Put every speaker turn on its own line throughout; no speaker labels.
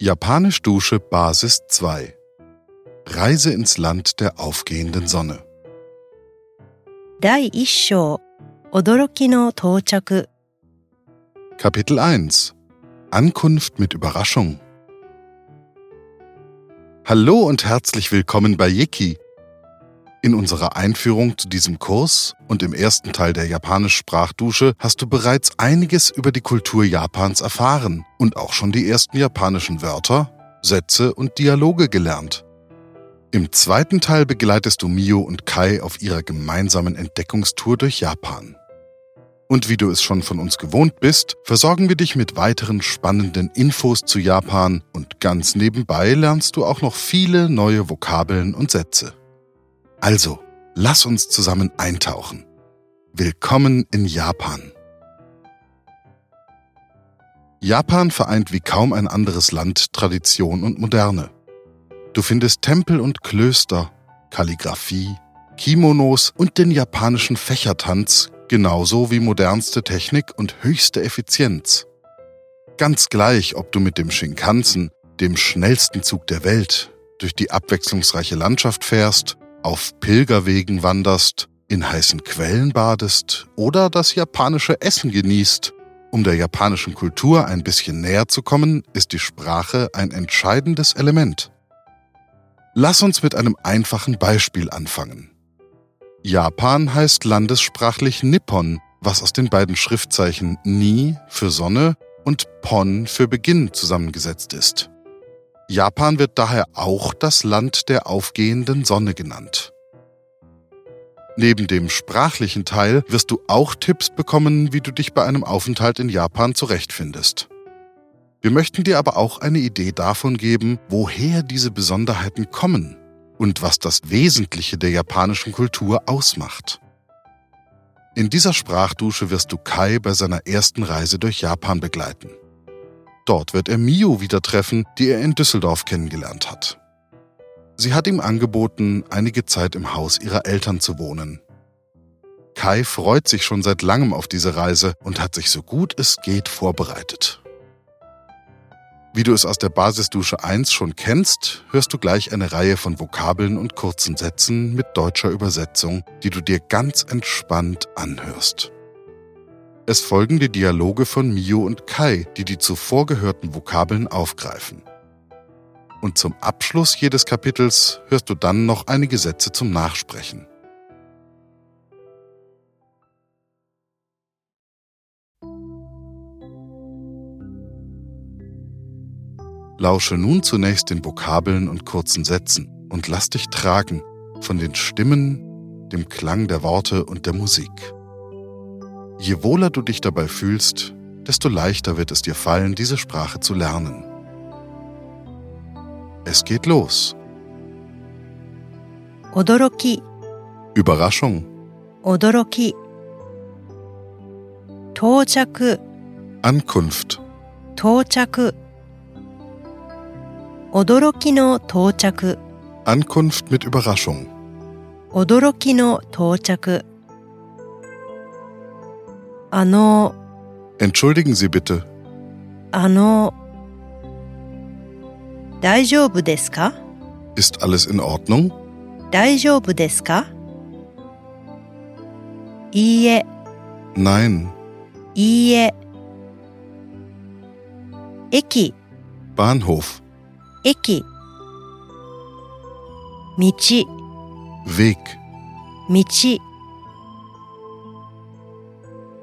Japanisch Dusche Basis 2 Reise ins Land der aufgehenden Sonne
第一章驚きの到着
Kapitel 1 Ankunft mit Überraschung Hallo und herzlich willkommen bei Yiki. In unserer Einführung zu diesem Kurs und im ersten Teil der Japanisch-Sprachdusche hast du bereits einiges über die Kultur Japans erfahren und auch schon die ersten japanischen Wörter, Sätze und Dialoge gelernt. Im zweiten Teil begleitest du Mio und Kai auf ihrer gemeinsamen Entdeckungstour durch Japan. Und wie du es schon von uns gewohnt bist, versorgen wir dich mit weiteren spannenden Infos zu Japan und ganz nebenbei lernst du auch noch viele neue Vokabeln und Sätze. Also, lass uns zusammen eintauchen. Willkommen in Japan. Japan vereint wie kaum ein anderes Land Tradition und Moderne. Du findest Tempel und Klöster, Kalligraphie, Kimonos und den japanischen Fächertanz, genauso wie modernste Technik und höchste Effizienz. Ganz gleich, ob du mit dem Shinkansen, dem schnellsten Zug der Welt, durch die abwechslungsreiche Landschaft fährst, auf Pilgerwegen wanderst, in heißen Quellen badest oder das japanische Essen genießt. Um der japanischen Kultur ein bisschen näher zu kommen, ist die Sprache ein entscheidendes Element. Lass uns mit einem einfachen Beispiel anfangen. Japan heißt landessprachlich Nippon, was aus den beiden Schriftzeichen Ni für Sonne und Pon für Beginn zusammengesetzt ist. Japan wird daher auch das Land der aufgehenden Sonne genannt. Neben dem sprachlichen Teil wirst du auch Tipps bekommen, wie du dich bei einem Aufenthalt in Japan zurechtfindest. Wir möchten dir aber auch eine Idee davon geben, woher diese Besonderheiten kommen und was das Wesentliche der japanischen Kultur ausmacht. In dieser Sprachdusche wirst du Kai bei seiner ersten Reise durch Japan begleiten. Dort wird er Mio wieder treffen, die er in Düsseldorf kennengelernt hat. Sie hat ihm angeboten, einige Zeit im Haus ihrer Eltern zu wohnen. Kai freut sich schon seit langem auf diese Reise und hat sich so gut es geht vorbereitet. Wie du es aus der Basisdusche 1 schon kennst, hörst du gleich eine Reihe von Vokabeln und kurzen Sätzen mit deutscher Übersetzung, die du dir ganz entspannt anhörst. Es folgen die Dialoge von Mio und Kai, die die zuvor gehörten Vokabeln aufgreifen. Und zum Abschluss jedes Kapitels hörst du dann noch einige Sätze zum Nachsprechen. 1. Lausche nun zunächst den Vokabeln und kurzen Sätzen und lass dich tragen von den Stimmen, dem Klang der Worte und der Musik. Je wohler du dich dabei fühlst, desto leichter wird es dir fallen, diese Sprache zu lernen. Es geht los.
驚き
Überraschung,
驚き到着
Ankunft,
到着驚きの到着
Ankunft mit Überraschung,
驚きの到着あの
entschuldigen Sie bitte,
あの大丈夫ですか
ist alles in Ordnung?
大丈夫ですかいいえ
Nein,
いいえ駅
Bahnhof,
駅道
Weg,
道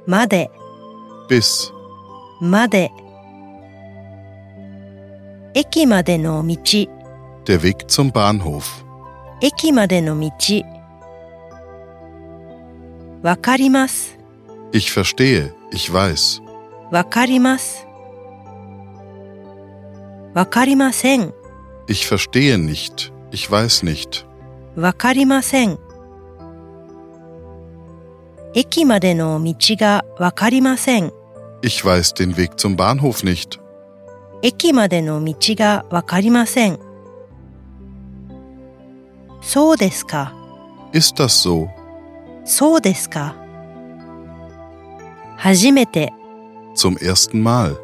まで
bis,
まで駅までの道
der Weg zum Bahnhof,
駅までの道わかります
ich verstehe, ich weiß,
わかりますわかりません
ich verstehe nicht, ich weiß nicht,
わかりません駅までの道がわかりません
ich weiß den Weg zum Bahnhof nicht,
駅までの道がわかりません。そうですか、
ist das so?
そうですか。初めて、
Zum ersten Mal,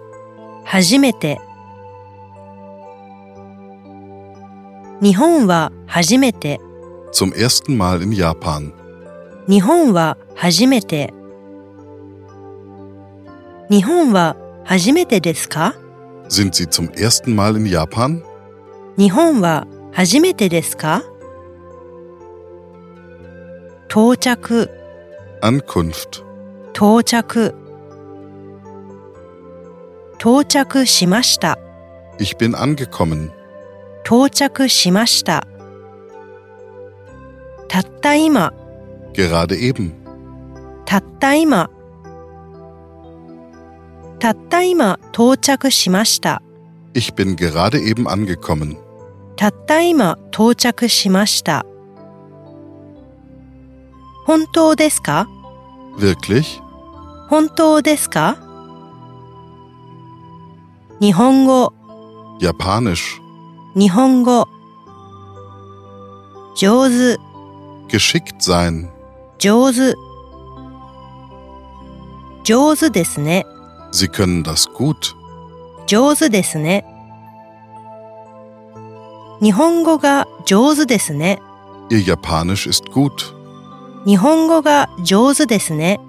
初めて。日本は初めて、
Zum ersten Mal in Japan.
日本は初めて。日本は初めてですか
Sind Sie zum ersten Mal in Japan?
日本は初めてですか到着、
Ankunft.
到着。到着しました。
Ich bin angekommen.
到着しました。たった今、
Gerade eben.
たった今。たった今、到着しました。
Ich bin gerade eben angekommen.
たった今到着しました。本当ですか
Wirklich?
本当ですか日本語、
Japanisch.
日本語。上手、
Geschickt sein.
上手。上手ですね、
Sie können das gut.
上手ですね。日本語が上手ですね。
Ihr Japanisch ist gut.
日本語が上手ですね。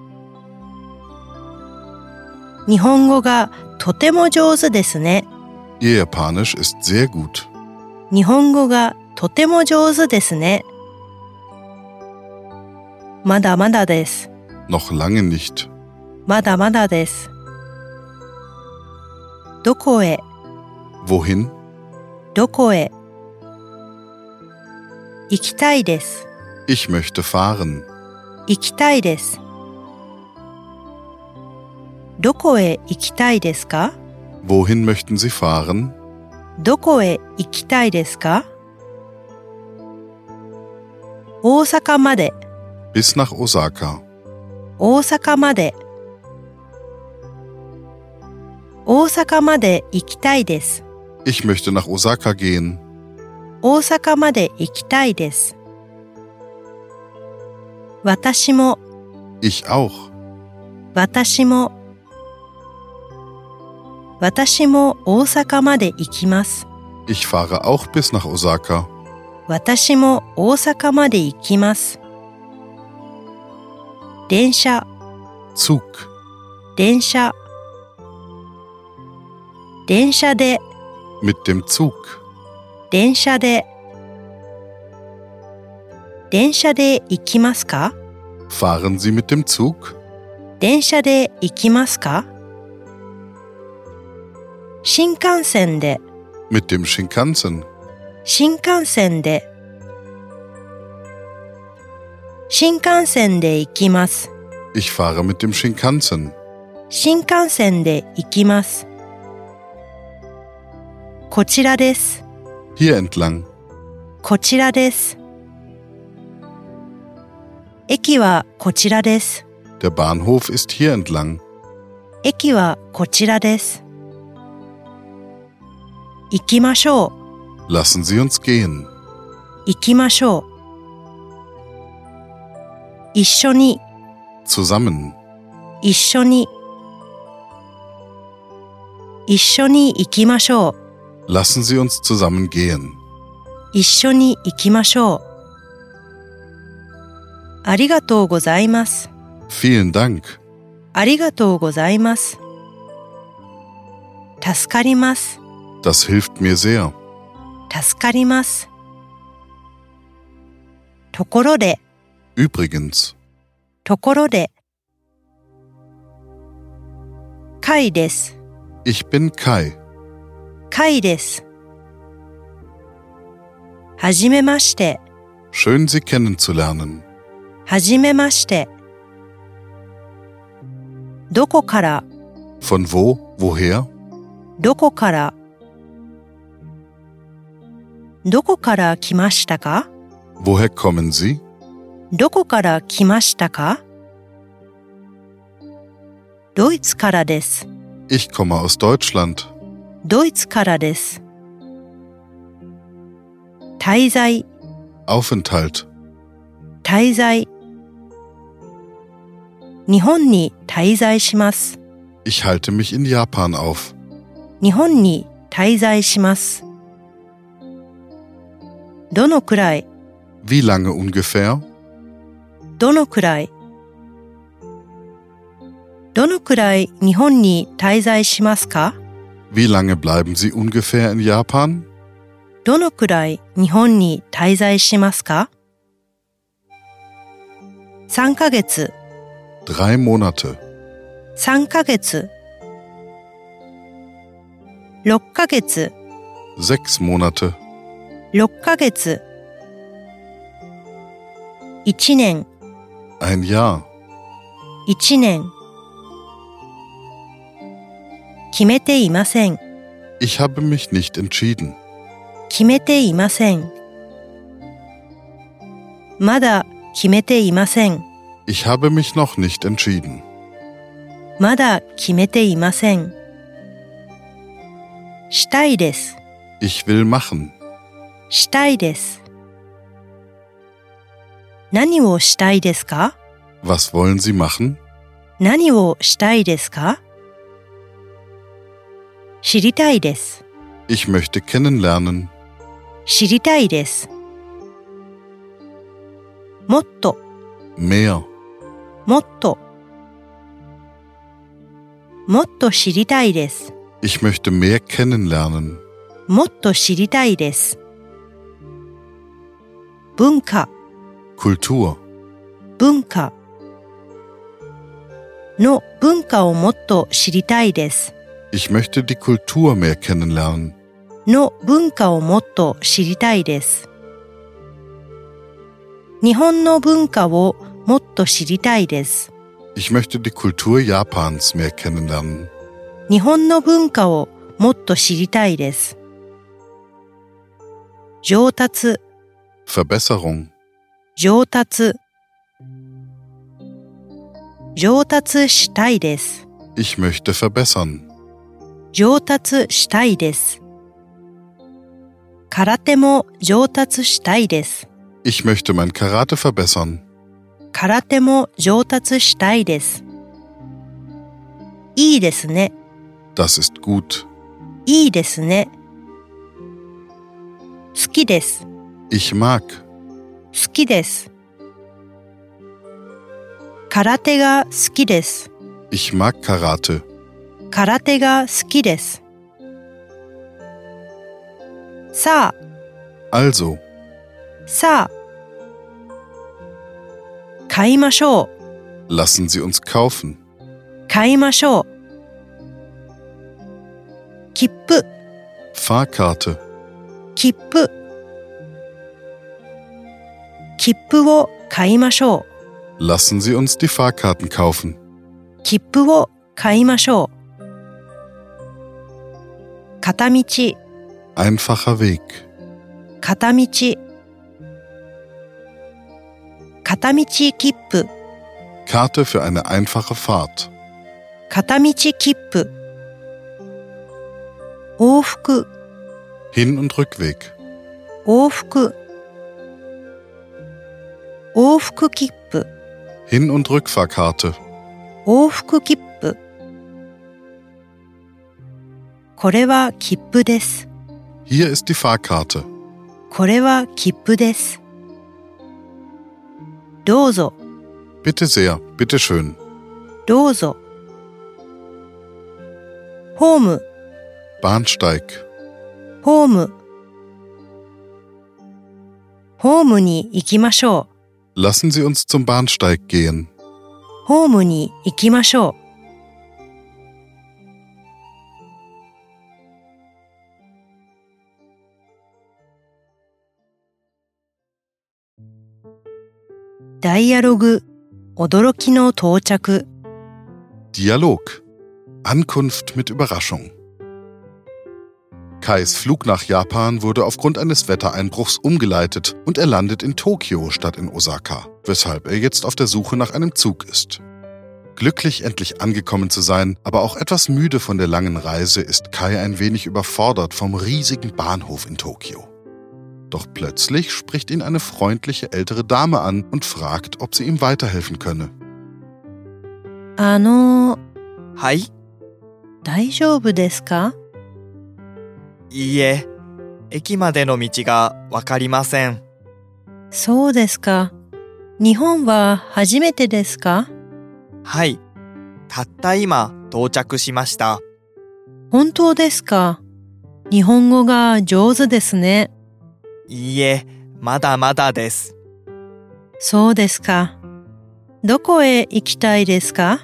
日本語がとても上手ですね。
Ihr Japanisch ist sehr gut.
日本語がとても上手ですね。まだまだです。
Noch lange nicht.
まだまだです。どこへ、
Wohin?
どこへ。行きたいです。
Ich möchte fahren.
行きたいです。どこへ行きたいですか
Wohin möchten Sie fahren?
どこへ行きたいですか大阪まで、
Bis nach Osaka.
大阪まで。大阪まで行きたいです。
Ich möchte nach Osaka gehen.
大阪まで行きたいです。私も、
Ich auch.
私も。私も大阪まで行きます。
Ich fahre auch bis nach Osaka.
私も大阪まで行きます。電車。
Zug.
電車電車で
Mit dem Zug.
電車で電車で行きますか
Fahren Sie mit dem Zug?
電車で行きますか新幹線で
Mit dem Shinkansen.
新幹線で新幹線で行きます。
Ich fahre mit dem Shinkansen.
新幹線で行きます。こちらです。
Hier entlang.
こちらです。駅はこちらです。
Der Bahnhof ist hier entlang.
駅はこちらです。行きましょう。
Lassen Sie uns gehen.
行きましょう。一緒に、
Zusammen.
一緒に。一緒に行きましょう。
Lassen Sie uns zusammen gehen.
一緒に行きましょう。ありがとうございます。
Vielen Dank.
ありがとうございます。助かります。
Das hilft mir sehr.
助かります。ところで、
Übrigens.
ところで。貝です。
Ich bin Kai.
貝です。はじめまして、
Schön, Sie kennenzulernen.
はじめまして。どこから、
Von wo? Woher?
どこから。どこから来ましたか
Woher kommen Sie?
どこから来ましたかドイツからです。
Ich komme aus Deutschland.
ドイツからです。滞在、
Aufenthalt.
滞在。日本に滞在します。
Ich halte mich in Japan auf.
日本に滞在します。どのくらい、
Wie lange ungefähr?
どのくらい。どのくらい日本に滞在しますか
Wie lange bleiben Sie ungefähr in Japan?
どのくらい日本に滞在しますか ?3 ヶ月、
Drei Monate,
3ヶ月。6ヶ月、
sechs Monate,
6ヶ月。1年、
ein Jahr.
1年。決めていません。
Ich habe mich nicht entschieden.
決めていません。まだ決めていません。
Ich habe mich noch nicht entschieden.
まだ決めていません。したいです。
Ich will machen.
したいです。何をしたいですか
Was wollen Sie machen?
何をしたいですか知りたいです。
Ich möchte kennenlernen.
知りたいです。もっと、
Mehr.
もっと。もっと知りたいです。
Ich möchte mehr kennenlernen.
もっと知りたいです。文化、
Kultur.
文化の文化をもっと知りたいです。
Ich möchte die Kultur mehr kennenlernen.
の文化をもっと知りたいです。日本の文化をもっと知りたいです。
Ich möchte die Kultur Japans mehr kennenlernen.
日本の文化をもっと知りたいです。上達、
Verbesserung.
上達。上達したいです。
Ich möchte verbessern.
上達したいです。空手も上達したいです。
Ich möchte mein Karate verbessern.
空手も上達したいです。いいですね。
Das ist gut.
いいですね。好きです。
Ich mag.
好きです。空手が好きです。
Ich mag Karate.
空手が好きです。さあ、
Also,
さあ。買いましょう。
lassen Sie uns kaufen.
買いましょう。切符、
Fahrkarte.
切符。切符を買いましょ
Lassen Sie uns die Fahrkarten kaufen.
う。切符を買いましょう。片道、
Einfacher Weg.
片道。片道切符、
Karte für eine einfache Fahrt.
片道切符。往復、
Hin- und Rückweg.
往復。往復切符。
Hin- und Rückfahrkarte.
往復切符これは切符です。
Hier ist die Fahrkarte.
これは切符です。どうぞ、
Bitte sehr, bitte schön.
どうぞ。ホーム、
Bahnsteig.
ホーム。ホームに行きましょ
Lassen Sie uns zum Bahnsteig gehen.
う。ホームに行きましょう。ダイアログ、驚きの到着。
Dialog. Ankunft mit Überraschung. Kais Flug nach Japan wurde aufgrund eines Wettereinbruchs umgeleitet und er landet in Tokio statt in Osaka, weshalb er jetzt auf der Suche nach einem Zug ist. Glücklich, endlich angekommen zu sein, aber auch etwas müde von der langen Reise, ist Kai ein wenig überfordert vom riesigen Bahnhof in Tokio. Doch plötzlich spricht ihn eine freundliche ältere Dame an und fragt, ob sie ihm weiterhelfen könne.
あのー、
はい
大丈夫ですか
いいえ駅までの道がわかりません。
そうですか。日本は初めてですか
はい。たった今到着しました。
本当ですか。日本語が上手ですね。
いいえ、まだまだです。
そうですか。どこへ行きたいですか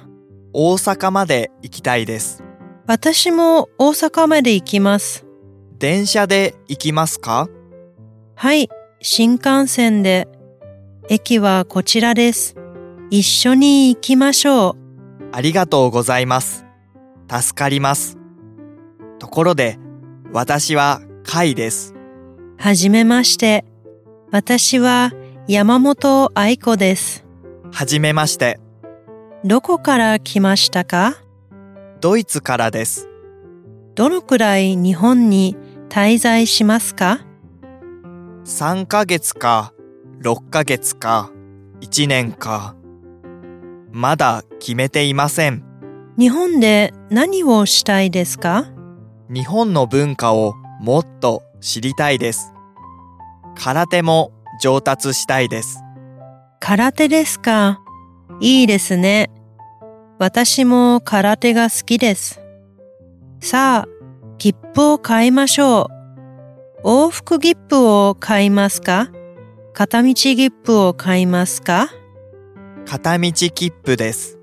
大阪まで行きたいです。
私も大阪まで行きます。
電車で行きますか
はい、新幹線で。駅はこちらです。一緒に行きましょう。
ありがとうございます。助かります。ところで、私はカイです。
はじめまして。私は山本愛子です。
はじめまして、
どこから来ましたか
ドイツからです。
どのくらい日本に滞在しますか
3ヶ月か、6ヶ月か、1年か。まだ決めていません。
日本で何をしたいですか
日本の文化をもっと知りたいです。空手も上達したいです。
空手ですか。いいですね。私も空手が好きです。さあ、切符を買いましょう。往復切符を買いますか片道切符を買いますか
片道切符です。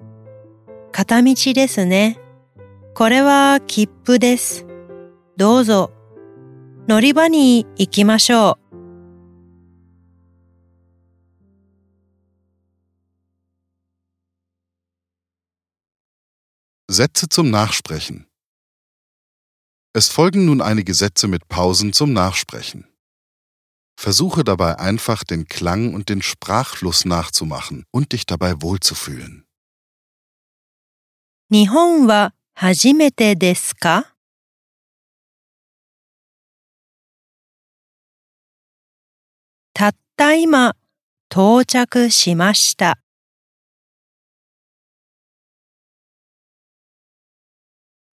片道ですね。これは切符です。どうぞ。乗り場に行きましょう。
Sätze zum Nachsprechen. Es folgen nun einige Sätze mit Pausen zum Nachsprechen. Versuche dabei einfach den Klang und den Sprachfluss nachzumachen und dich dabei wohlzufühlen.
日本は初めてですかたった今到着しました。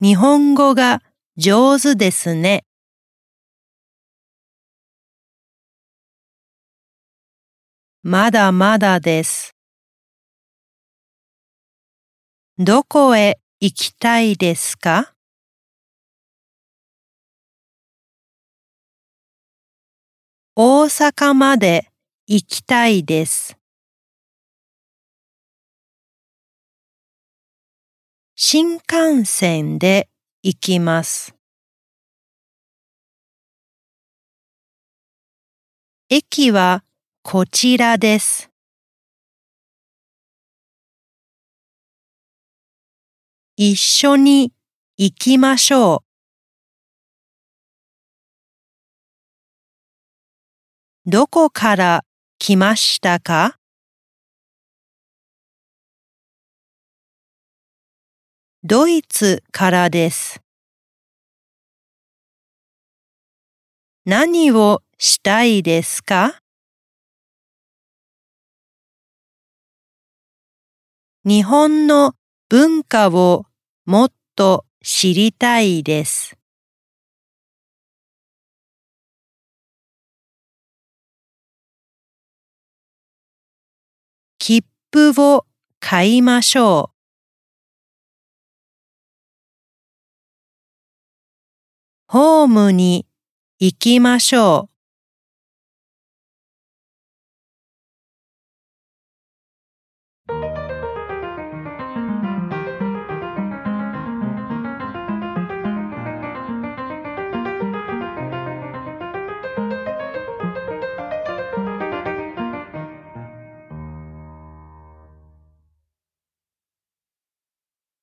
日本語が上手ですね。まだまだです。どこへ行きたいですか大阪まで行きたいです。新幹線で行きます。駅はこちらです。一緒に行きましょう。どこから来ましたかドイツからです。何をしたいですか日本の文化をもっと知りたいです。切符を買いましょう。ホームに行きましょう。